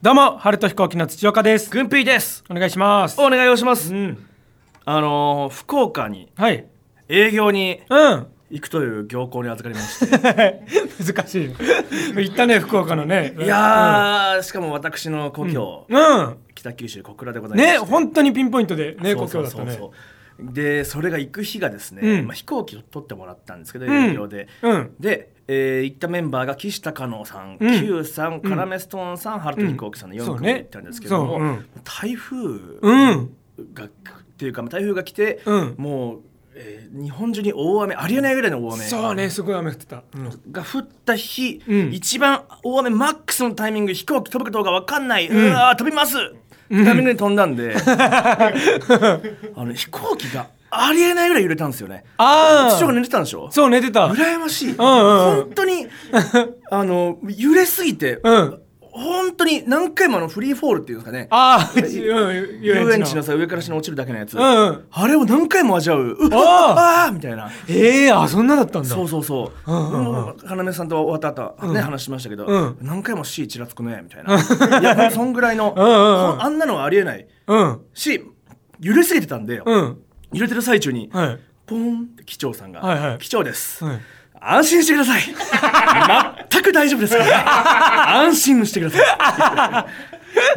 どうも、春と飛行機の土岡です。グンピーですお願いします。お願いをします、うん。あのー福岡にはい。営業にうん。 行くという業行に預かりまして難しいよ。行ったね、福岡のね。いやー、しかも私の故郷、うん。北九州小倉でござういん。まね、す本当にピンポイントで、ね、故郷だったね。でそれが行く日がですね、うんまあ、飛行機を取ってもらったんですけどうん営業で、うん。で、えー行ったメンバーが岸高野さん、うん Q さんカラメストーンさん、ハルト飛行機さんの4そう組ねで行ったんですけども、そううん台風うん。が、っていうかまあ台風が来て、うんもう、えー日本中に大雨ありえないぐらいの大雨そうね、すごい雨降ってた。うんが降った日、うん一番大雨マックスのタイミング飛行機飛ぶかどうか分かんない、うわー飛びます、タイミングに飛んだ んであの飛行機がありえないぐらい揺れたんですよねあ父があ。寝てたんでしょそう、寝てた。羨ましい、うん本当にあの揺れすぎて、うん。本当に何回もあのフリーフォールっていうんですかねあ あ、うん。遊園地の。さ上から下に落ちるだけのやつ、うんうんあれを何回も味わううあああーみたいなええ、あ、そんなだったんだ。そうそうそう。うんうんうんもう要さんと終わった後、うね、ん話しましたけど、うん何回も C ちらつくねみたいな。いや、もうそんぐらいの、うんうんうんあんなのはありえないうん。し、揺れすぎてたんで、うん。揺れてる最中に、はい。ポンって機長さんが、はいはい機長です、 はい安心してください。全く大丈夫ですから。安心してくださ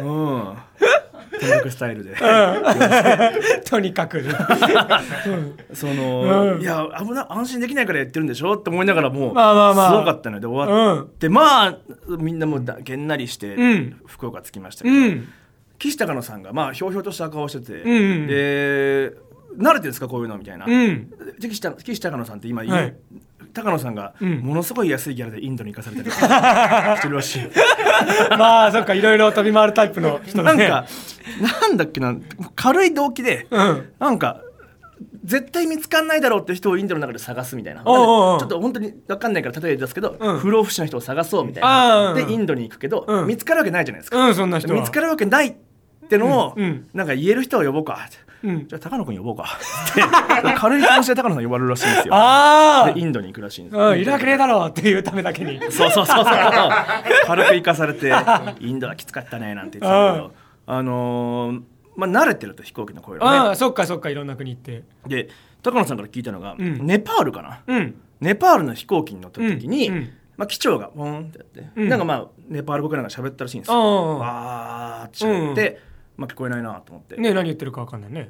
い。うん。登録スタイルで。とにかくね。うんその、うんいや危な安心できないからやってるんでしょって思いながらもう、まあまあまあすごかったので終わって、まあみんなもうだげんなりして、うん福岡着きましたけ ど、うん。岸高野さんがまあひょうひょうとした顔をしてて、んうんで慣れてるんですかこういうのみたいな、うん。で岸田岸高野さんって今、はい高野さんがうんものすごい安いギャラでインドに行かされたりとかしてるらしい。 まあそっかいろいろ飛び回るタイプの人なだんねか、なんだっけな軽い動機で、うんなんか絶対見つかんないだろうって人をインドの中で探すみたいなおうおうおうちょっと本当に分かんないから例え出すけど、うん不老不死の人を探そうみたいあーなうんでインドに行くけど、うん見つかるわけないじゃないですか、うんそんな人は見つかるわけないってのを、うんうんなんか言える人を呼ぼ うか、うんじゃあ高野君呼ぼうかって 軽い気持ちで高野さん呼ばれるらしいんですよあでインドに行くらしいんですあうんいるわけねえだろうっていうためだけ にそうそ うそうそう軽く行かされて「インドはきつかったね」なんて言ってたけどあのーまあ慣れてると飛行機の声あがあねそっかそっかいろんな国行ってで高野さんから聞いたのが、うんネパールかなうんネパールの飛行機に乗った時に、うんうんまあ、機長がポーンってやって、うんなんかまあネパール語かなんか喋ったらしいんですよ。あわーって喋って、まあ、聞こえないなと思って、あねえ何言ってるかわかんないね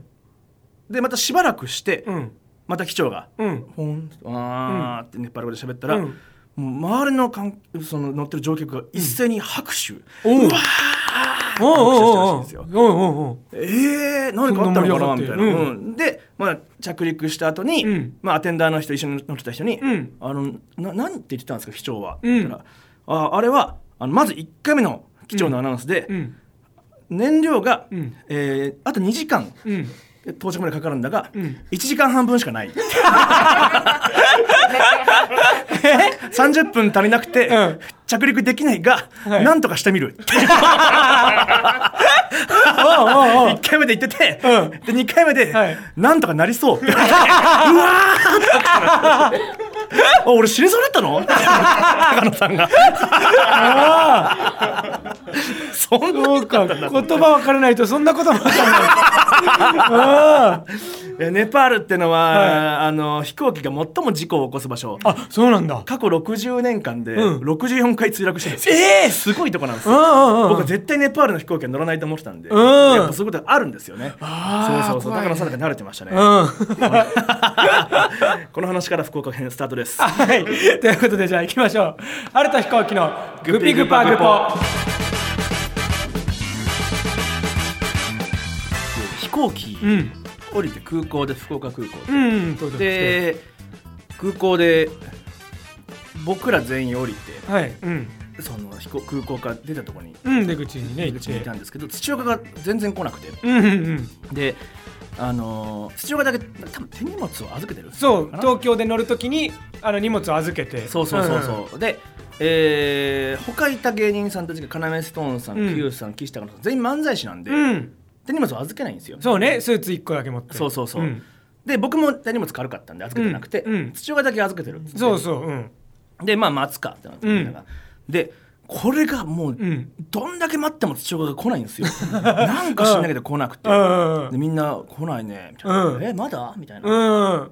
でまたしばらくして、うんまた機長がうんポンってわーってネパール語で喋ったら、うんもう周りのかんその乗ってる乗客が一斉に拍手、おううおうわー拍手したらしいんおうおうですよ。おうおうおうえー、何かあったそんな盛のかなりみ上たがいってな、うんで、まあ、着陸した後に、うんまあアテンダーの人一緒に乗ってた人に「うんあのな何て言ってたんですか機長は」うんって言ったらああれはあのまず1回目の機長のアナウンスで、うん燃料が、うんえーあと2時間 うん到着までかかるんだが、うん1時間半分し かない。30分足りなくて、うん着陸できないが、はいなんとかしてみるっておうお うおう1回目で言ってて、うんで2回目で、はいなんとかな りそうって言われてうわーってあ俺死にそうだった の高野さんがそんなそうか言葉分からないとそんなこともわからないあえネパールってのは、はあの飛行機が最も事故を起こす場所ああそうなんだ過去60年間でうん64回墜落してるんですよ、ええすごいとこなんですうんようんうん僕は絶対ネパールの飛行機は乗らないと思ってたんで、んやっぱそういうことがあるんですよねあーそうそうそう怖いだねからさだか慣れてましたね、うん この話から福岡編スタートですはい、ということでじゃあ行きましょう春田飛行機のグピグパグポ飛行機うん降りて空港で福岡空港うで,、んそうでで空港で僕ら全員降りてすはいうんその飛行空港から出たところにうん出口にね行入りっ口にいてたんですけど土岡が全然来なくてうんうんうんであのー土岡だけ多分手荷物を預けてるそうかな東京で乗るときにあの荷物を預けてそうそうそうそう、で、えー、他いた芸人さんたちが要ストーンさん、うん Q さん岸田さん全員漫才師なんで、うん、うん手荷物を預けないんですよそうねスーツ一個だけ持ってそうそうそう、んで僕も手荷物軽かったんで預けてなくて、うんうん土岡だけ預けてるっつってそうそううんでまあ待つかってなって、うんみんながでこれがもう、んどんだけ待っても土岡が来ないん ですよなんか知んないけど来なくて、うんでみんな「来ないね」みたいな「うんえまだ?」みたいな、うん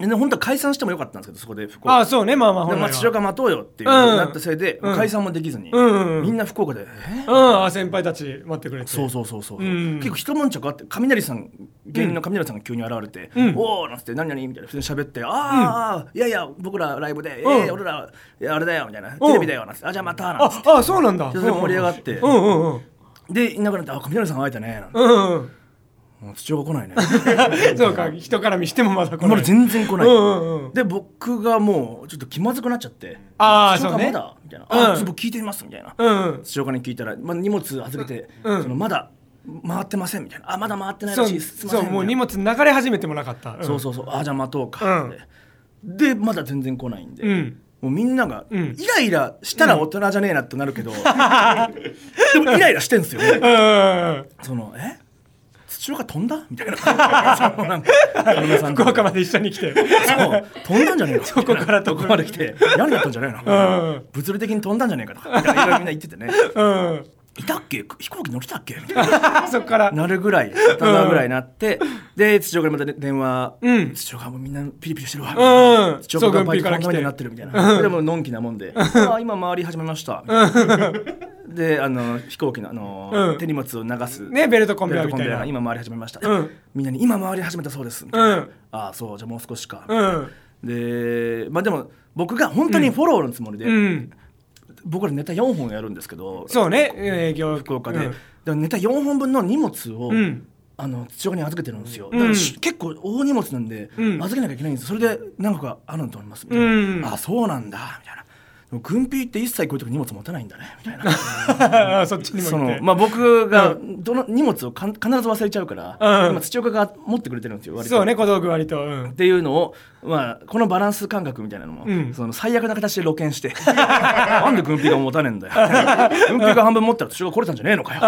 で本当は解散してもよかったんですけどそこで福あ岡あそうねまあまあで本ま来あは土岡待とうよっていううんなったせいで、うん解散もできずに、うんうんうんみんな福岡で「えうんあ先輩たち待ってくれてそうそうそうそう、うん結構一悶着あって雷さん芸人の雷さんが急に現れて「うんおお!」なんつって「何々?」みたいな普通に喋って「ああ、いやいや僕らライブで、えうんー俺らいやあれだよ」みたいな「テレビだよ」なんつって「あじゃあまた」なんつっあてあそうなんだでそれ盛り上がってうんうんうんでいなくなって「あ雷さん会えたね」なんてうんうんもう土が来ないね そうか人から見してもまだ来ないまだ全然来ない、うんうんうんで僕がもうちょっと気まずくなっちゃって「あー土岡そうねまだ?」みたいな「うんあちょっと僕聞いてみます」みたいな、うんうん土岡に聞いたら、まあ、荷物預けて、うんそのまだ回ってませんみたいな「あまだ回ってないそらうしいですすいませそん」うもう荷みたいな物流れ始めてもなかったそうそうそうあじゃあ待とうかって、でまだ全然来ないんで、うんもうみんなが、うんイライラしたら大人じゃねえなってな るけど、でもイライラしてんすようんうんうんそのえ土岡飛んだ みたいなそうなんか小沼さんと福岡まで一緒に来てそう飛んだんじゃねえ のそこからどこまで来て何だったんじゃないの、うん物理的に飛んだんじゃねえかとかいろいろみんな言って てねうんいたっけ飛行機乗れたっけみたいなそこからなるぐらい頭ぐらいなって、で土岡にまた電話、うん土岡もみんなピリピリしてるわ、うん土岡がバイトそうこ軍備からんな来目てになってるみたいな、でものんきなもんで「ああ今回り始めました」みたいなであの飛行機のあの、うん手荷物を流すねベルトコンベベヤルートみコたいンベヤーなが今回り始めました、うんみんなに「今回り始めたそうです」みたいなうんああそうじゃあもう少しか」うんでまあでも僕が本当にフォローのつもりで、うん僕らネタ4本やるんですけどそうね営業福岡で,、うんでもネタ4本分の荷物を、うんあの土岡に預けてるんですよ、うんだからし結構大荷物なんで、うん預けなきゃいけないんですそれで何個かあるんだと思いますみたいな、うんあそうなんだみたいなでも軍ピーって一切こういう時荷物持たないんだねみた いなあ そっちにそも行っのてまあ僕がどの荷物をかん必ず忘れちゃうから、うん今土岡が持ってくれてるんですよ割とそうね小道具割とうんっていうのを、まあ、このバランス感覚みたいなのも、うんその最悪な形で露見してなんで軍費が持たねえんだよ軍費が半分持ったら年が来れたんじゃねえのかよい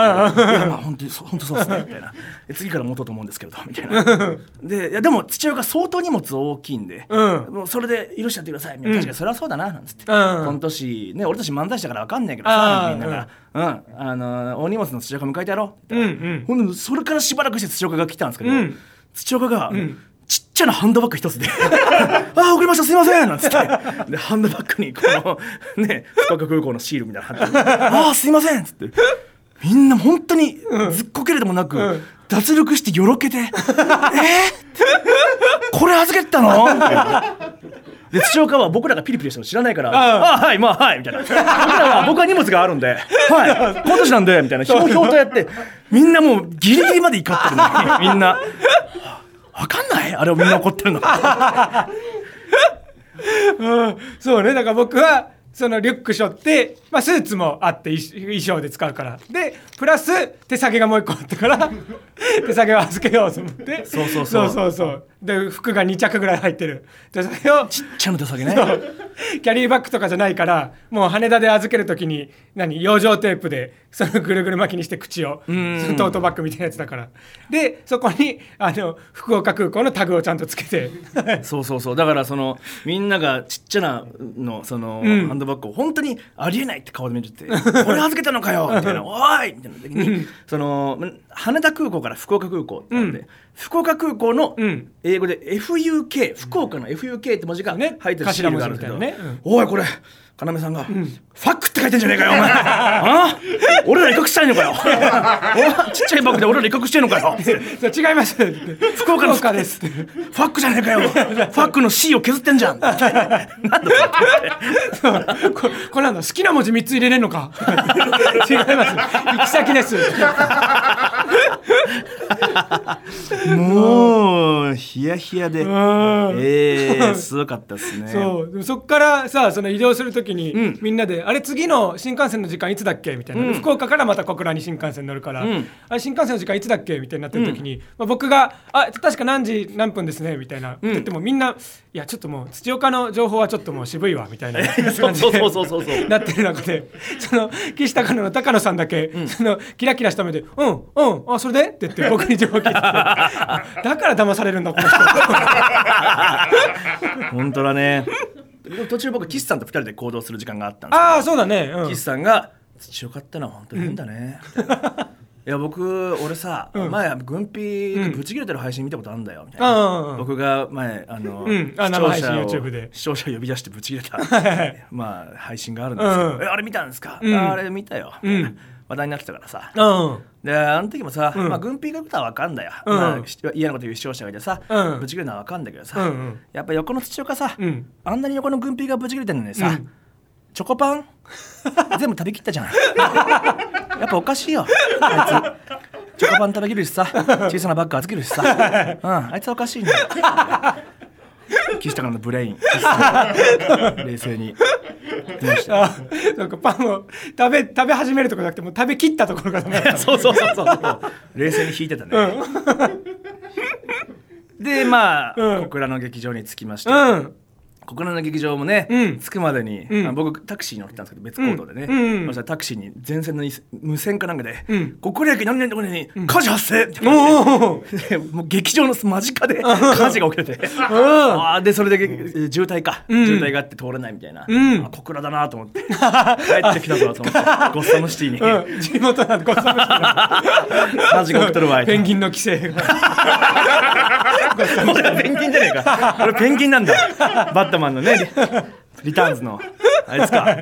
やまあ本当にそう本当そうですねみたいなで次から持とうと思うんですけれどみたいなでいやでも父親が相当荷物大きいんで、うんもうそれで許しちゃってくださいみたいな確かにそれはそうだななんつって、うんこの年ね俺たち漫才師だから分かんないけどあさーみんなが、うんあの大荷物の土岡迎えてやろうって言ったらうんうんほんでそれからしばらくして土岡が来たんですけど、うん土岡が、んちっちゃなハンドバッグ一つで「 ああ送りましたすいません」なんつってでハンドバッグにこのね福岡空港のシールみたいなの貼って「ああすいません」っつってみんな本当にずっこけれどもなく、うん脱力してよろけて「えー、これ預けてたの?」みたいな。で土岡は僕らがピリピリしてるの知らないから「ああはいまあはい」みたいな「僕らは僕は荷物があるんではい今年なんで」みたいなひょうひょうとやってみんなもうギリギリまで怒ってるのにみんな「わかんないあれをみんな怒 ってるの」うんそうねだから僕はそのリュック背負って、まあ、スーツもあって衣衣装で使うからでプラス手提げがもう一個あったから 手提げを預けようと思ってそうそうそうそうそうそうで服が2着ぐらい入ってる手提げをちっちゃな手下げね キャリーバッグとかじゃないからもう羽田で預けるときに何養生テープでそのぐるぐる巻きにして口をそんのトートバッグみたいなやつだからでそこにあの福岡空港のタグをちゃんとつけて そうそうそうだからそのみんながちっちゃなのその、うんハンドバッグを本当にありえないって顔で見てて「 俺預けたのかよ」みたいな「おーい!」みたいな時に、その羽田空港から福岡空港ってなって、うん福岡空港のうん英語で FUK 福岡の FUK って文字が入ねってるシールがあるんだけど、頭文字みたいなねおいこれ要さんが、ファックって書いてんじゃねえ かよお前あ俺ら威嚇したいのかよおちっちゃいバッグで俺ら威嚇してんのかよそう違いますって福岡の福岡ですってファックじゃねえかよ。ファックの C を削ってんじゃん。なんだそうここれなんだ好きな文字3つ入れれんのか 違います行き先ですもう、ヒヤヒヤで。んええすごかったですね。そうでもそっからさその移動するときに、んみんなで「あれ次の新幹線の時間いつだっけ?」みたいな、福岡からまた小倉に新幹線乗るから「んあれ新幹線の時間いつだっけ?」みたいになってるときに、まあ、僕が「あ確か何時何分ですね」みたいな、って言ってもみんな「いやちょっともう土岡の情報はちょっともう渋いわ」みたいな感じで そうそうそうそうそ うなってる中でその岸高野の高野さんだけ、そのキラキラした目で「うんうんあそれで?」って言って僕に情報聞いて てあだから騙されるんだこの人。本当だね。途中僕岸さんと2人で行動する時間があったんで すああそうだね、うん、岸さんが「土岡ってのは本当に変だね」みたいないや僕俺さ、うん前軍ピでブチ切れてる配信見たことあるんだよ」みたいな、うんうんうん僕が前あの、うんあ視生聴配信者を YouTube で視聴者を呼び出してブチ切れたはいまあ配信があるんですけどう「んえあれ見たんですかうんあれ見たよ」うんみたいな話題になってたからさ、うんであの時もさ、うんまあ、軍ピーが言うことは分かんだよ、うんまあし嫌なこと言う視聴者がいてさ、うんぶち切れるのは分かんだけどさ、うんうんやっぱ横の土岡さ、うんあんなに横の軍ピーがぶち切れてるのにさ、うんチョコパン 全部食べき ったじゃんやっぱおかしいよあいつチョコパン食べきるしさ小さなバッグ預ける しさ、うん、あいつはおかしいんだよ岸田からのブレイン冷静に出ましたよあなんかパンを食べ食べ始めるとこじゃなくてもう食べきったところからね そうそうそうそうそう冷静に引いてたね、でまあ、うん小倉の劇場に着きまして、うん小倉の劇場もね、うん着くまでに、うんあ僕タクシーに乗ってたんですけど別行動でね、うんうんそしたらタクシーに前線のいす無線かなんかで「うん小倉駅何々のところに火事発生!」っておおでもう劇場の間近で火事が起きててあーでそれでえー渋滞か、うん渋滞があって通れないみたいな、うんあ小倉だなと思って帰ってきたぞと 思ってゴッサムシティに、うん、地元なんでご存火事が起きと るわいペンギンの規制がもうこれペンギンじゃねえか。これペンギンなんだ。バットマンのね、リリターンズの。あれですか。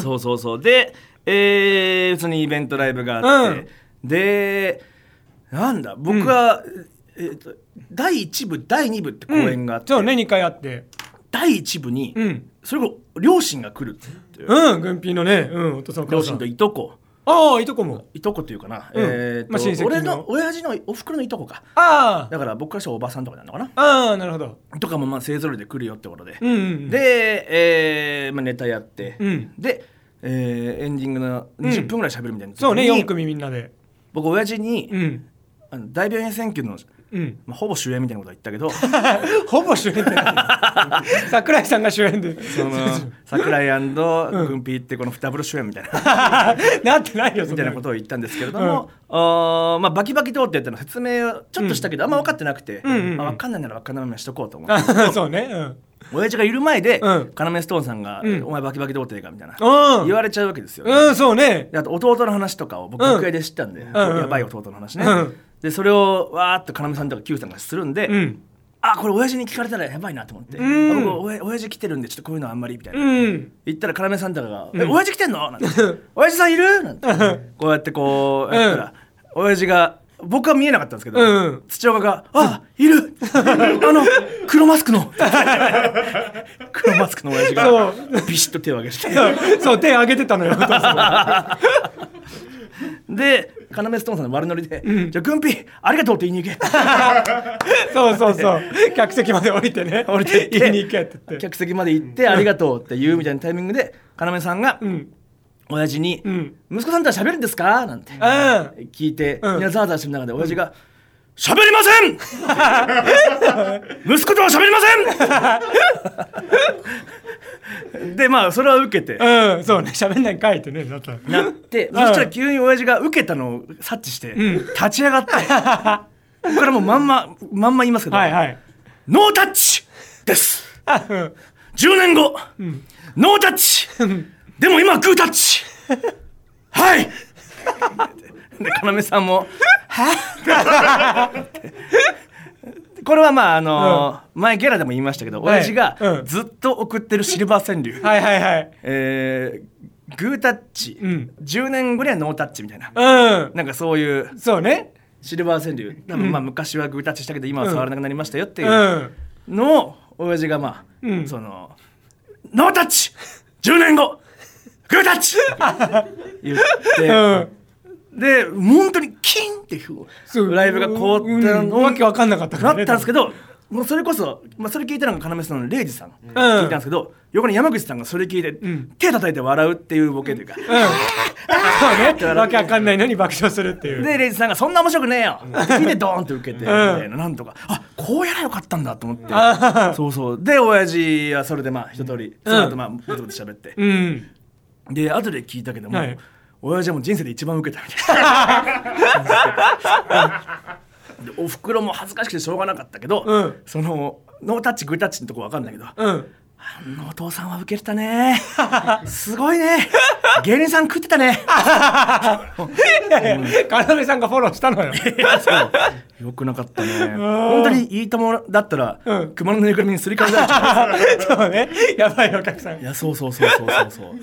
そうそうそう。で、えー、普通にイベントライブがあって、で、なんだ、僕は、えーと第1部、第2部って公演があって、そうね2回あって第1部に、うんそれこそ両親が来るっていううん軍ピーのねうんお父さんお両母さ親んといとこ。ああいとこもいとこというかな、うんえーとまあ親戚の俺の親父のおふくろのいとこかああだから僕からしたらおばさんとかなのかなああなるほどとかもまあ勢ぞろいで来るよってことで、うんうんで、えーまあ、ネタやって、うんで、えーエンディングの20分ぐらい喋るみたいな時に、そうね4組みんなで僕親父に、うんあの大病院選挙の、うんまあ、ほぼ主演みたいなこと言ったけどほぼ主演で桜井さんが主演でその桜井軍ピーってこのダブル主演みたいな、 なってないよそんみたいなことを言ったんですけれども、あーまあ、バキバキどうって言ったの説明をちょっとしたけど、あんま分かってなくて、うんうんうんまあ、分かんないなら分かんないままにしとこうと思ってあ そうねうん親父がいる前で、うんカナメストーンさんが、うんお前バキバキ童貞か」みたいな、うん言われちゃうわけですよ、うんそうねであと弟の話とかを僕うん楽屋で知ったんで、うんやばい弟の話ね、うんでそれをわーっと要さんとか Q さんがするんで、うんあこれ親父に聞かれたらやばいなと思って、うんあ僕おや親父来てるんでちょっとこういうのあんまりみたいな、うん言ったら要さんとかが「え親父来てんの?」なんて「親父さんいる?」なんてこうやってこうやったら、親父が僕は見えなかったんですけど、うん土岡が「あいるあの黒マスク の」黒マスクの親父がビシッと手を挙げて。そう手上げてたのよお父さんで、カナメストーンさんの悪ノリで、じゃあ、軍備、ありがとうって言いに行け。そうそうそう客席まで降りてね降りてって 言いに行けって言って客席まで行って、ありがとうって言うみたいなタイミングで、カナメさんが、うん親父に、うん息子さんとは喋るんですかなんてん聞いて、うんみんなざわざわしてる中で、親父が、喋りませ ん息子とは喋りませんで、まあ、それは受けて、うんそうね喋んないんかいってねなったなって、そしたら急に親父が受けたのを察知して、ん立ち上がって、ここからもうまんま、まんま言いますけど、はいはいノータッチですあうん10年後、ノータッチでも今はグータッチはいで要さんも 「はぁこれはまああのー前ゲラでも言いましたけどはい親父がうんずっと送ってるシルバー川柳、はいはいはいえーグータッチ、うん10年後にはノータッチみたいな、うんなんかそういうそうねシルバー川柳多分まあ昔はグータッチしたけど今は触らなくなりましたよっていうう、んの親父がまあ、うんその「ノータッチ !10 年後グータッ チ! 」言うっんて、で本当にキンってこうそうライブが凍ったうんのわけわかんなかったからなねったんですけどもうそれこそ、まあ、それ聞いたのが要さんの礼二さん、聞いたんですけど横に山口さんがそれ聞いて、ん手叩いて笑うっていうボケというか、そうねわけわかんないのに爆笑するっていうでレイジさんが「そんな面白くねえよ」聞いてドーンと受けてみたいななんとかあこうやらよかったんだと思ってそうそうで親父はそれでまあ一通りその後まあブツブツ喋ってうんで後で聞いたけどもはい親父はもう人生で一番受けたみたいなでおふくろも恥ずかしくてしょうがなかったけどうんそのノータッチグータッチのとこ分かんないけどうんあのお父さんは受けてたねすごいね芸人さん食ってたねかなめさんがフォローしたのよ そうよくなかったね本当にいいともだったら、熊のぬいぐるみにすり替えられちゃうそうねやばいお客さ んいやそうそうそうそうそうそう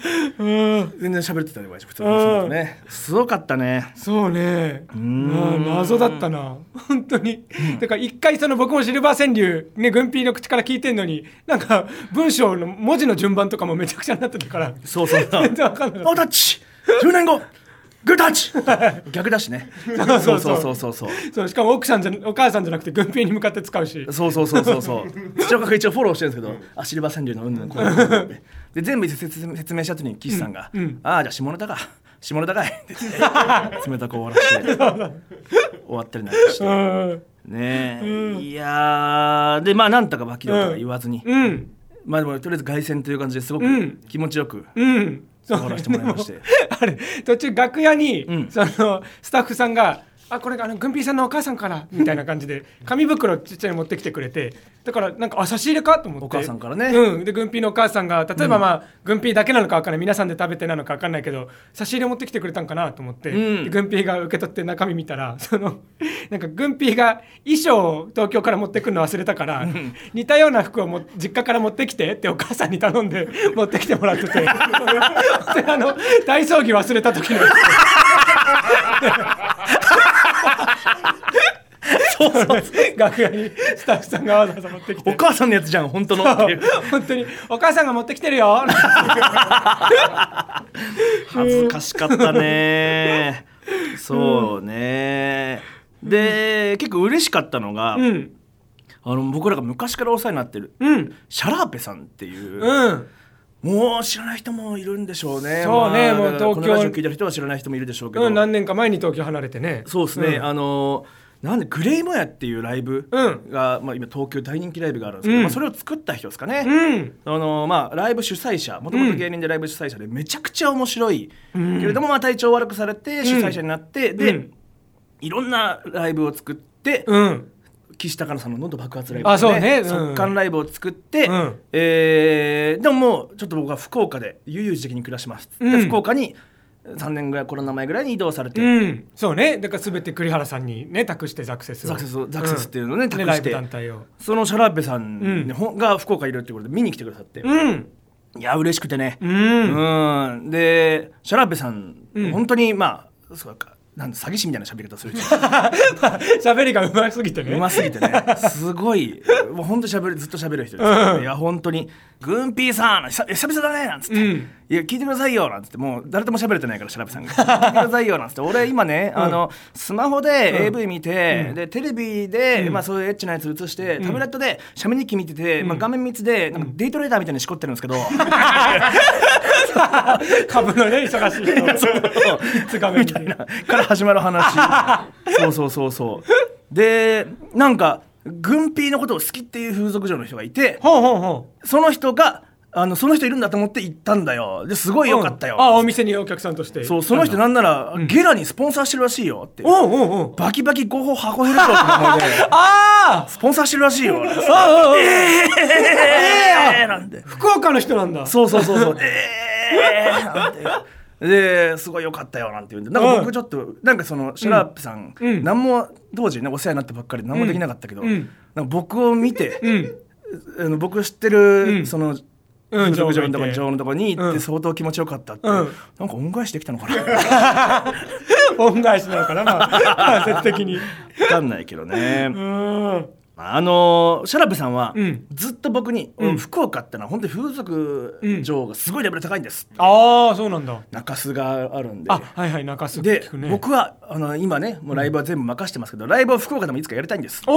全然喋ってたね親父普通のねすごかったねそうねうん謎だったな本当にだから一回その僕もシルバー川柳ね軍艇の口から聞いてんのになんか文章の文字の順番とかもめちゃくちゃになってたからそうそうそう 全然わかんなかったおタッチ10年後グータッチ逆だしねそうそうそうそうそうそうしかも奥さんじゃお母さんじゃなくて軍兵に向かって使うしそうそうそうそうそう土岡が一応フォローしてるんですけど「あシルバー川柳のうんぬんこういうのうんぬん」で全部説明説明した後に岸さんが「ああじゃあ下ネタか下ネタ かい」って言って冷たく終わらして終わったりなんかしてうんねえ、いやーでまあなんとか脇とか言わずに、うんまあでもとりあえず凱旋という感じですごうくん気持ちよくうん終わらせてもらいまして、あれ途中楽屋に、うんそのスタッフさんが「あこれあのグンピーさんのお母さんから」みたいな感じで紙袋ちっちゃいの持ってきてくれてだからなんかあ差し入れかと思ってお母さんからねうん、でグンピーのお母さんが例えばまあ、グンピーだけなのかわかんない皆さんで食べてなのかわかんないけど差し入れ持ってきてくれたんかなと思って、うんでグンピーが受け取って中身見たら そのなんかグンピーが衣装を東京から持ってくるの忘れたから、似たような服をも実家から持ってきてってお母さんに頼ん で持ってきてもらっててであの体操着忘れた時の。そうそう 楽屋にスタッフさんがわざわざ持ってきおて母さんのやつじゃん本 当のっていう本当に「お母さんが持ってきてるよ」恥ずかしかったねそうねで結構嬉しかったのが、うんあの僕らが昔からお世話になってるうんシャラーペさんっていう、うんもう知らない人もいるんでしょうねそうねまあもうだから東京このラジオ聞いてる人は知らない人もいるでしょうけど、うん何年か前に東京離れてねそうですね、んあのなんでグレイモヤっていうライブうんが、まあ、今東京大人気ライブがあるんですけど、うんまあ、それを作った人ですかね、うんあのまあ、ライブ主催者もともと芸人でライブ主催者でめちゃくちゃ面白い、んけれども、まあ、体調悪くされて主催者になって、で、うんいろんなライブを作って、うん岸高野さんの喉爆発ライブ、あそうねうん速乾ライブを作って、うんえーでももうちょっと僕は福岡で悠々自適に暮らします、でうん福岡に3年ぐらいコロナ前ぐらいに移動されて、うんそうねだから全て栗原さんにね託してザクセスをザクセスをザクセスっていうのをねん託してライブ団体をそのシャラッペさんね、うんほんが福岡いるってことで見に来てくださって、うんいや嬉しくてね、うんうん、でシャラッペさん、うん本当にまあそうかなんだ詐欺師みたいな喋り方するじゃん 喋りがうますぎてねうますぎてねすごいもうほんとしゃべるずっと喋る人です、うんいや本当に「グンピーさん久久々だね」なんつって「うんいや聞いてくださいよ」なんつってもう誰とも喋れてないからシャラピ さんが「聞いてくださいよ」なんつって俺今ね、あのスマホうんで AV 見て、うんでテレビで、まあ、そういうエッチなやつ映して、タブレットでシャメ日記見てて、まあ、画面見つでなんかデートレーダーみたいにしこってるんですけど。 株のね忙しい人 いつ画面みにたいなから始まる 話そうそうそうそうでなんか軍艇のことを好きっていう風俗嬢の人がいてほうほうほうその人があのその人いるんだと思って行ったんだよですごい良かったよ、うんあお店にお客さんとしてそうその人なんなら、ゲラにスポンサーしてるらしいよっておうおうおうバキバキ合法箱減るとの思いで あスポンサーしてるらしいよあああえーなんで福岡の人なんだそうそうそうそう。えーなんてですごい良かったよなんて言うんでなんかうん僕ちょっと、なんかそのシャラップさん、うん何も当時ねお世話になったばっかりで何もできなかったけど、うんうんなんか僕を見て、うんあの僕知ってる、うんそのうんジ女ョ王がーいてのとこに女王のとこに行っうてん相当気持ちよかったって、うんなんか恩返しできたのか なわ恩返しなのかな、 まあ、間接的に。かんないけどね、うーん。あのシャラップさんは、うんずっと僕に、うん福岡ってのは本当に風俗嬢がすごいレベル高いんです、ああ、そうなんだ。中洲があるんであ、はいはい、中洲。で聞くね、僕はあの今ねもうライブは全部任してますけど、ライブを福岡でもいつかやりたいんですお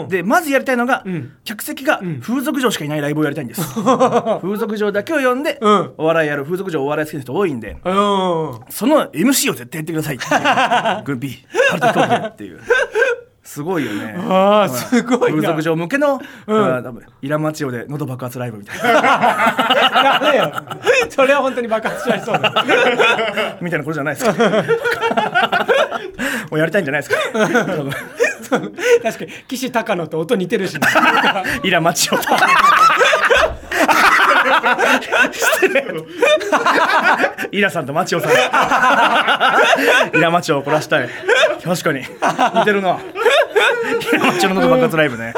ーおー。でまずやりたいのが、うん客席がん風俗嬢しかいないライブをやりたい んです風俗嬢だけを呼んで、うんお笑いやる風俗嬢お笑い好きな人多いんでうんうんうん。その MC を絶対やってください っていうグンピーハルトトークっていうすごいよねあーすごいな風俗嬢向けの、うんあー多分イラマチオで喉爆発ライブみた いなダメよ。 それは本当に爆発しちゃい そうだ。みたいなことじゃないです かもうやりたいんじゃないですか多分そう 確かに、岸高野と音似てるしね、イラマチオと失礼イラさんとマチオさんイラマチオを怒らしたい確かに似てるなイラマチオの爆発ライブね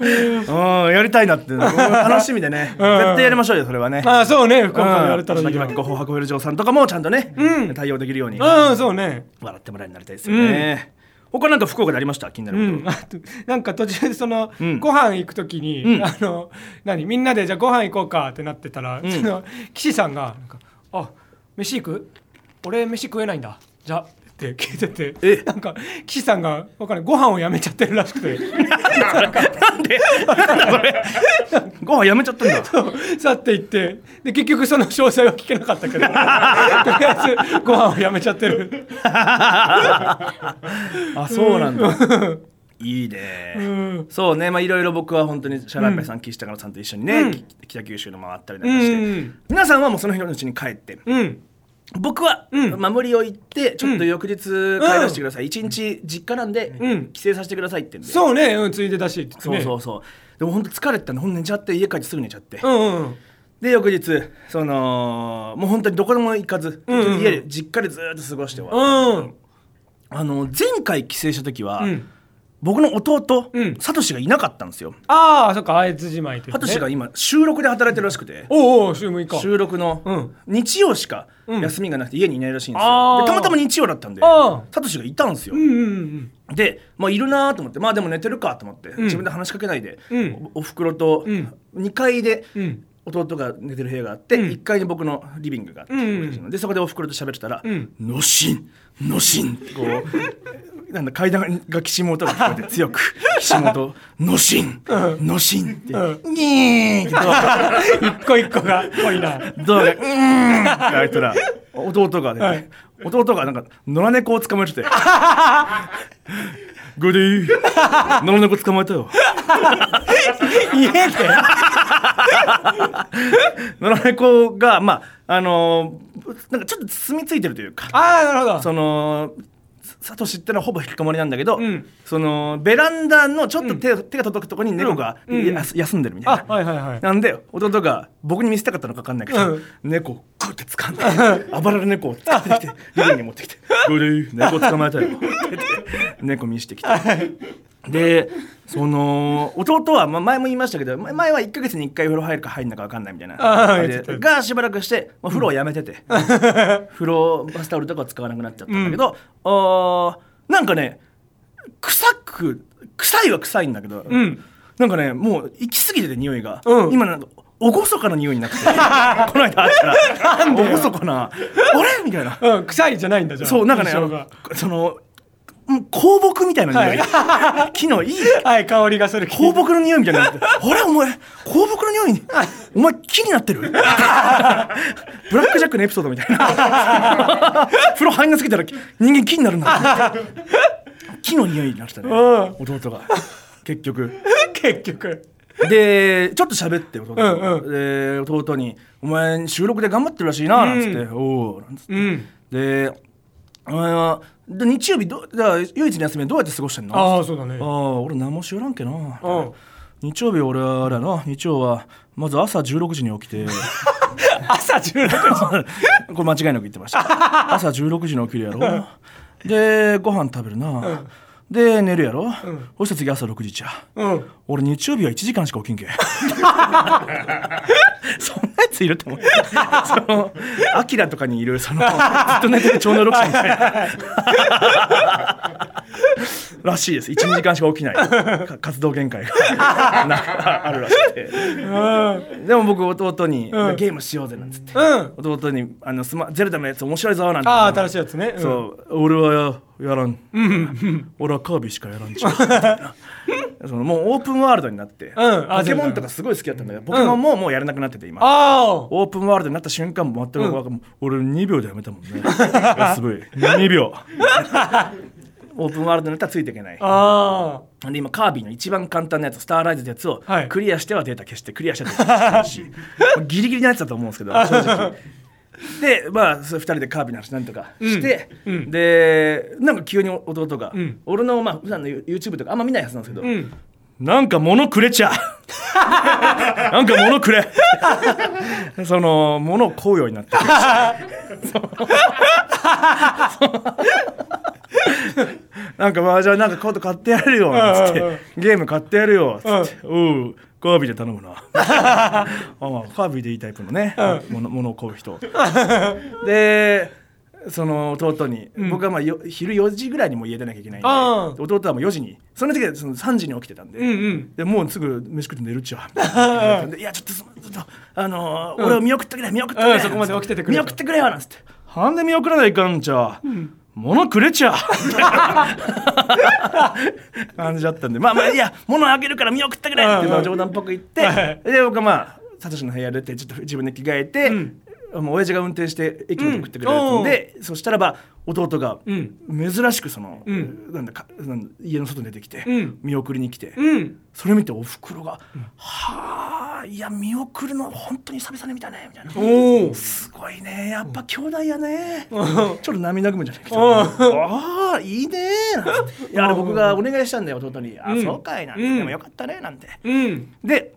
うんやりたいなってうん楽しみでね絶ん対やりましょうよそれはねああそうね福うん岡でやれたらいい巻きよ巻きご報白フェル嬢さんとかもちゃんとね、うん対応できるようにうんそうね笑ってもらえるようになりたいですよね、他なんか福岡でありました気になるうこと、ん、あとなんか途中でその、うんご飯行く時に、うんあの何みんなでじゃあご飯行こうかってなってたら、その岸さんがなんか「あ飯行く俺飯食えないんだじゃあ」って聞いててえなんか岸さんがわかんないご飯をやめちゃってるらしくて なんでなんだそれご飯やめちゃったんだ 去っていってで結局その詳細は聞けなかったけ どとりあえずご飯をやめちゃってるあそうなんだいいね、んそうねまあいろいろ僕は本当にシャランペさん、岸高野さんと一緒にね、き北九州の回ったりなんかして、うん皆さんはもうその日のうちに帰って、うん僕は、うんまあ、無理を言ってちょっと翌日帰らせてください、一日実家なんで、うん帰省させてくださいって言うんでそうね、うん、ついでだしって言ってそね、うそうそう。でも本当疲れてたんで、ほんと寝ちゃって、家帰ってすぐ寝ちゃって。うんうんで、翌日、その、もう本当にどこでも行かず、うんうんうん家で、実家でずーっと過ごして終わるうんあの、前回帰省した時は、うん僕の弟、うんサトシがいなかったんですよ。ああそっかあいつじまいというサトシがね今、収録で働いてるらしくて、おうおう週6日収録の、うん日曜しかうん休みがなくて家にいないらしいんですあよ。ーでたまたま日曜だったんで、あサトシがいたんですよ。うんうんうんで、まあ、いるなーと思ってまあでも寝てるかと思って、ん自分で話しかけないで、うんおおふくろとうん2階でうん弟が寝てる部屋があって、うん1階に僕のリビングがあって、うんうんでそこでおふくろと喋ってたら「うんのしんのしん」ってこう なんだ階段がきしむ音が聞こえて強くきしむ音「のしんのしん」って「うにーん」って 一個一個が濃い なドアが「うーん」って開いたら弟がね、はい弟がなんか野良猫を捕まえてて「グーディー野良猫捕まえたよ言えて野良猫がまああのーなんかちょっと住み着いてるというかああなるほどそのサトシってのはほぼ引きこもりなんだけど、うんそのベランダのちょっと手,、手が届くところに猫が、うんうんやす休んでるみたいあな。はいはいはいなんで弟が僕に見せたかったのか分かんないけど、うん猫をグッて掴んで暴れる猫を掴ん できてリビングに持ってきて「グリー猫捕まえたよ」って言って猫見してきてでその弟は、まあ、前も言いましたけど前前は1か月に1回風呂入るか入んないか分かんないみたいなあーで言ってたがしばらくして、まあ、風呂をやめてて、 風呂バスタオルとかは使わなくなっちゃったんだけど、あーなんかね臭く臭いは臭いんだけど、んなんかねもう行き過ぎてて匂いが、うん今なんかおごそかな匂いになって てこの間あったらおごそかなあれみたいなうん臭いじゃないんだじゃあそうなんかね印象があのそのうん香木みたいな匂い、 木のいいはい香りがする香木の匂いみたいになっててあれお前香木の匂いにお前木になってる ブラックジャックのエピソードみたい な風呂入んなすぎたら人間木になるんだ木の匂いになってたねう弟が結局結局でちょっと喋って弟と、うんで弟に「お前収録で頑張ってるらしいな」なんつって「うおお」なんつって、うんで「お前はで日曜日どじゃあ唯一の休みはどうやって過ごしてんの?」ああそうだねああ俺何も知らんけなうん日曜日俺はあれやな日曜はまず朝16時に起きて 朝16時これ間違いなく言って ました朝16時に起きるやろでご飯食べるなで寝るやろ、そしたら次朝6時じゃうん俺日曜日は1時間しか起 きんけそんなやついると思うそのアキラとかにいるそのずっと寝てる超能力者みたいならしいです12時間しか起きないか活動限界がなんかあるらしくてでも僕弟に、うんゲームしようぜ」なんつってうん弟にあのスマ「ゼルダのやつ面白いぞ」なんてああ新しいやつねうんそう、俺はややらん、俺はカービィしかやらんじゃんみたいなそのもうオ ープンワールドになって、あポケモンとかすごい好きだったんだけど、ポケモンももうやらなくなってて今、ああオープンワールドになった瞬間全く分かん俺2秒でやめたもんね SV 2秒 オープンワールドになったらついていけないあで今カービィの一番簡単なやつスターライズってやつをはいクリアしてはデータ消してクリアしてはデータ消してるしまあ ギリギリなやつだと思うんですけど正直でまあそう2人でカービィの話なんとかして、うんうんでなんか急に弟が、ん俺のまあ普段の YouTube とかあんま見ないはずなんですけど、うんなんか物くれ ちゃなんか物くれその物を買うようになってきましたなんかまあじゃあなんかコート買ってやるよっつっうんうんうんてゲーム買ってやるよっつっておうカービィで頼むな あまあカービィでいいタイプのね物物を買う人 でその弟に、僕はまあよ昼4時ぐらいにもう家出なきゃいけないんであー弟はもう4時にその時はその3時に起きてたんで、うんうんでもうすぐ飯食って寝るっ ちゃうみたいなでいやちょっとすまんちょっとあのー俺を見送ってくれ見送ってくれ、うんそこまで起きててくれ見と送ってくれよなんつってなんで見送らないかんちゃ、物くれちゃみたいな感じだったんでまあまあいや物あげるから見送ってくれってまあ冗談っぽく言って、はいで僕はまあサトシの部屋出てちょっと自分で着替えて、もう親父が運転して駅まで送ってくれるって言うんで、そしたらば弟がん珍しくその、んなんだかなんだ家の外に出てきて、うん見送りに来て、うんそれ見ておふくろが「はあいや見送るの本当に久々に見たね」みたいな。おおすごいねやっぱ兄弟やねち うょんっと涙ぐむじゃないけどうんああいいねなんていやあれうん僕がお願いしたんだよ弟に「あうんそうかい」なんて、うんでもよかったねなんてうんで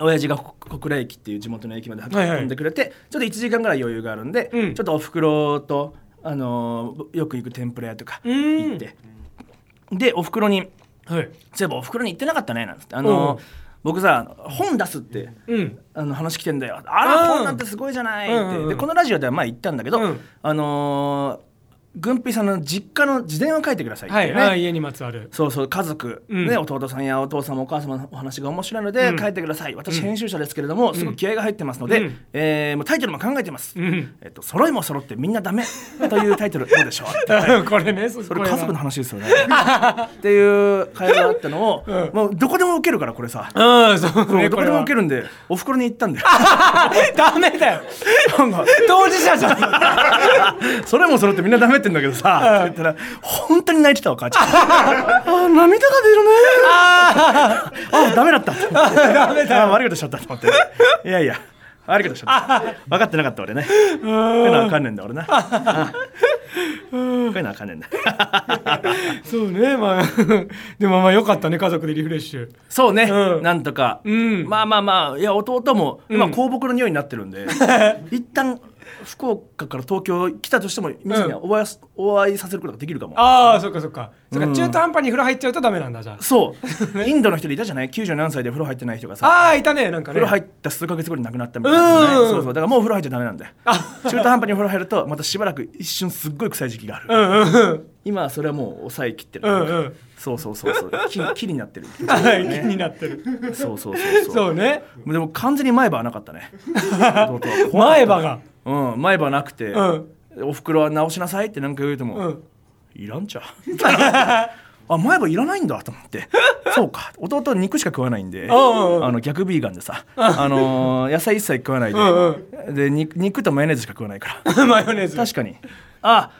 親父がこ小倉駅っていう地元の駅まで運はいはいんでくれて、ちょっと1時間ぐらい余裕があるんで、うんちょっとおふくろと、あのーよく行く天ぷら屋とかうん行って、でおふくろにはい「そういえばおふくろに行ってなかったね」なんつって、あのーうん僕さ本出すって。うんあの話来てんだよあらうん本なんてすごいじゃないうんっうんてうんでこのラジオでは前言ったんだけど、うんあのー、軍平さんの実家の自伝を書いてくださいってはいうい、ね、あー家にまつわる そうそう家族、うんね、弟さんやお父さんもお母様のお話が面白いので、うん書いてください私編集者ですけれども、すごく気合が入ってますので、うんえーもうタイトルも考えてます、うんえっと揃いも揃ってみんなダメというタイトルどうでしょうこれねそそれ家族のの話ですよ ねっていう会話があったのを、うん もうどこでも受けるからこれさ、うんそうそうねどここれでもは受けるんでおふくろに行ったんだよダメだよなんか当事者じゃん それもそれってみんなダメってんだけどさ、って言ったら、本当に泣いてたわ、母ちゃん。あー涙が出るねああ、ダメだった。 ダメだ。悪いことしちゃったと思って。いやいや、悪いことしちゃった。分かってなかった俺ね。こういうのはあかんねんだ、俺な。あーこういうのはあかんねんだ。そうねまあ でもまあ良かったね家族でリフレッシュそうね、うんなんとか、んまあまあまあいや弟も今香木の匂いになってる んで、一旦福岡から東京来たとしても皆さんにはお会いすお会いさせることができるかもああそっかそっかそっか中途半端に風呂入っちゃうとダメなんだじゃあそう、 インドの人でいたじゃない90何歳で風呂入ってない人がさああいたねなんかね風呂入った数ヶ月後に亡くなったみたいなうんね、そうそうだからもう風呂入っちゃダメなんだよ中途半端に風呂入るとまたしばらく一瞬すっごい臭い時期がある、うんうんうん今はそれはもう抑えきってる、うんうんそうそうそうそう木 木になってる、はい気になってるそうそうそうそう そうねでも完全に前歯はなかっ たね弟は怖前い歯がうん前歯なくて、うんおふくろは直しなさいってなんか言うても、うんいらんちゃあ前歯いらないんだと思って そうか弟は肉しか食わないんであうんうんの逆ビーガンでさ、あのー野菜一切食わないで,、うんで肉肉とマヨネーズしか食わないからマヨネーズ確かにあ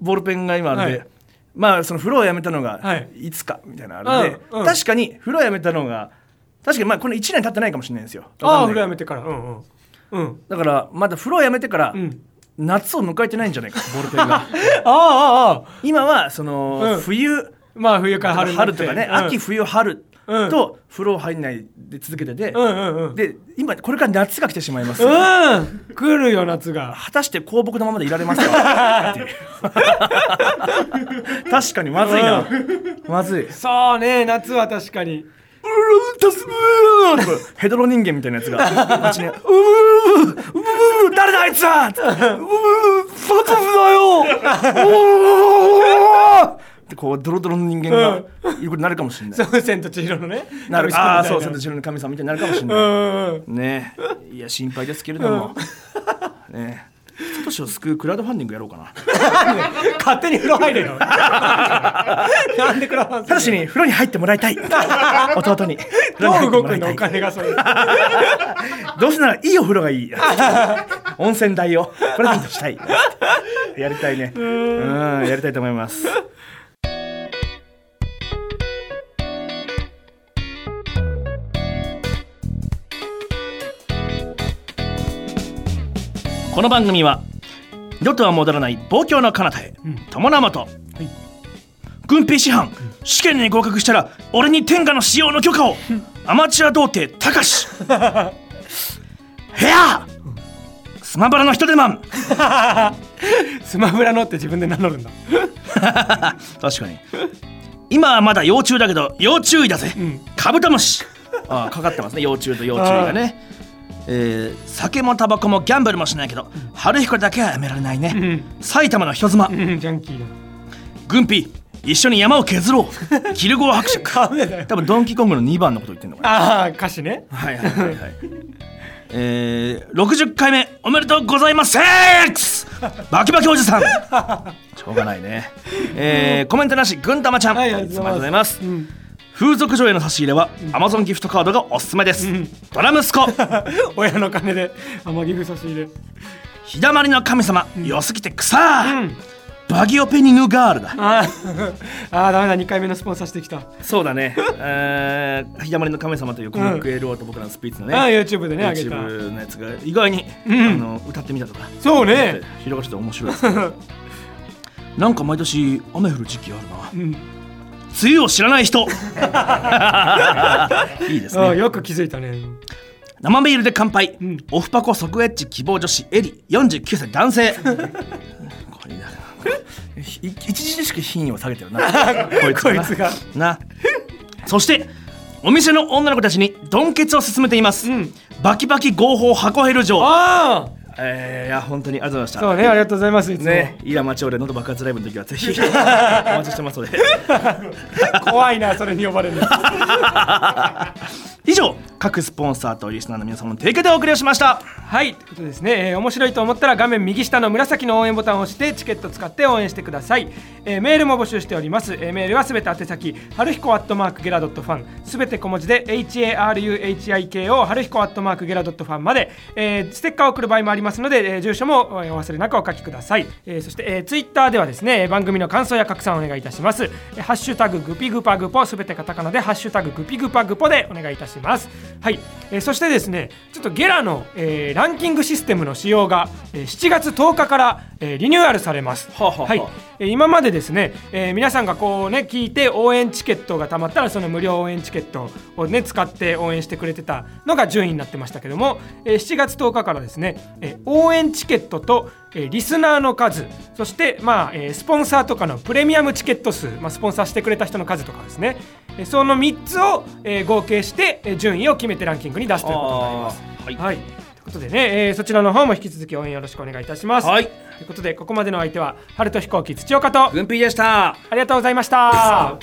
ボールペンが今あるんで、はいまあその風呂をやめたのはがいいつかみたいなのあるんで、うんうん確かに風呂をやめたのが確かにまあこの1年経ってないかもしれないんですよああわか風んない呂やめてからうんうんうんだからまだ風呂をやめてから、ん夏を迎えてないんじ ゃないかボールペンがああああ今はその、うん冬まあ冬から春春になってとかね、うん秋冬春うんと風呂入んないで続けてて、うんうんうんで今これから夏が来てしまいます、うん来るよ夏が果たして香木のままでいられますか っていう確かにまずいな、まずいそうね夏は確かにヘドロ人間みたいなやつが 街に「ううううう誰だあいつは!」ううサトフだよ!」ってこうドロドロの人間がいうことになるかもしれない。そう千と千尋のねなる神様ああみたいそうなその自分の神様みたいになるかもしれうない。んうんねえいや心配ですけれども、ねえサトシを救うクラウドファンディングやろうかな。勝手に風呂入れ よなんでクラファンサトシに風呂に入ってもらい たい。弟に。風呂に入どう動ってもくらいたのいお金がそれどうせならいいお風呂がいい温泉代をプレゼントしたいやりたいねうんやりたいと思いますこの番組は「世とは戻らない望郷の彼方へ」友生と、軍兵師範試験に合格したら俺に天下の使用の許可をアマチュア童貞たかし部屋スマブラの人手マンスマブラのって自分で名乗るんだ確かに今はまだ幼虫だけど要注意だぜ、んカブトムシあーかかってますね幼虫と幼虫がね、えー酒もタバコもギャンブルもしないけど春彦だけはやめられないね、ん埼玉の人妻、うんジャンキーだ軍備一緒に山を削 ろうキルゴア伯爵ダメだよ多分ドンキーコングの2番のこと言ってんのかなああ歌詞ね はいはいはいはいえー、60回目おめでとうございますセックスバキバキおじさんしょうがないね、えー、コメントなし軍玉ちゃん、はいい、ありつもがあとりがとうござうございいま、ますうん風俗嬢への差し入れは Amazon ギフトカードがおすすめです、ドラム スコ親の金で天城ふ差し入れ日だまりの神様、良すぎて草、うんバギオペニヌガールだあー あーダメだ2回目のスポンサーしてきたそうだね、 えー、日だまりの神様というコミックエローと僕らのスピーツのね、あー YouTube でねあげた YouTube のやつが意外に、うんあの歌ってみたとかそうね広がってて面白いですねなんか毎年雨降る時期あるなうん梅雨を知らない 人いいですあーねよく気づいたね生ビールで乾杯、んオフパコ即エッチ希望女子エリ49歳男性これだい著しく品位を下げてるな こいつ こいつがなそしてお店の女の子たちにドンケツを勧めています、んバキバキ合法箱ヘル嬢ああえー、いや本当にありがとうございましたそうねありがとうございますいつも、ね、イラマチオレ喉爆発ライブの時はぜ ひお待ちしてますので 怖いなそれに呼ばれ るの以上各スポンサーとリスナーの皆様の提供でお送りをしましたはいということですね、えー面白いと思ったら画面右下の紫の応援ボタンを押してチケット使って応援してください、えーメールも募集しております、えーメールはすべて宛先はるひこアットマークゲラドットファンすべて小文字で HARUHIKO はるひこアットマークゲラドットファンまで、えーステッカーを送る場合もありますので、えー住所もえーお忘れなくお書きください、えーそして、えツイッター Twitter ではですねえー番組の感想や拡散をお願いいたしますえーハッシュタググピグパグポすべてカタカナでハッシュタググピグパグポでお願いいたしますはい、えーそしてですねちょっとゲラの、えーランキングシステムの仕様が、えー7月10日から、えーリニューアルされますはあはあはあいえー今までですね、えー皆さんがこうね聞いて応援チケットがたまったらその無料応援チケットをね使って応援してくれてたのが順位になってましたけども、えー7月10日からですね、えー応援チケットと、えーリスナーの数そして、まあえースポンサーとかのプレミアムチケット数、まあ、スポンサーしてくれた人の数とかですね、えーその3つを、えー合計して、えー順位を決めてランキングに出すということになります。あーはいはい、ということでね、えーそちらの方も引き続き応援よろしくお願いいたします。はいということでここまでのお相手は春と飛行機土岡と軍ピーでしたありがとうございました。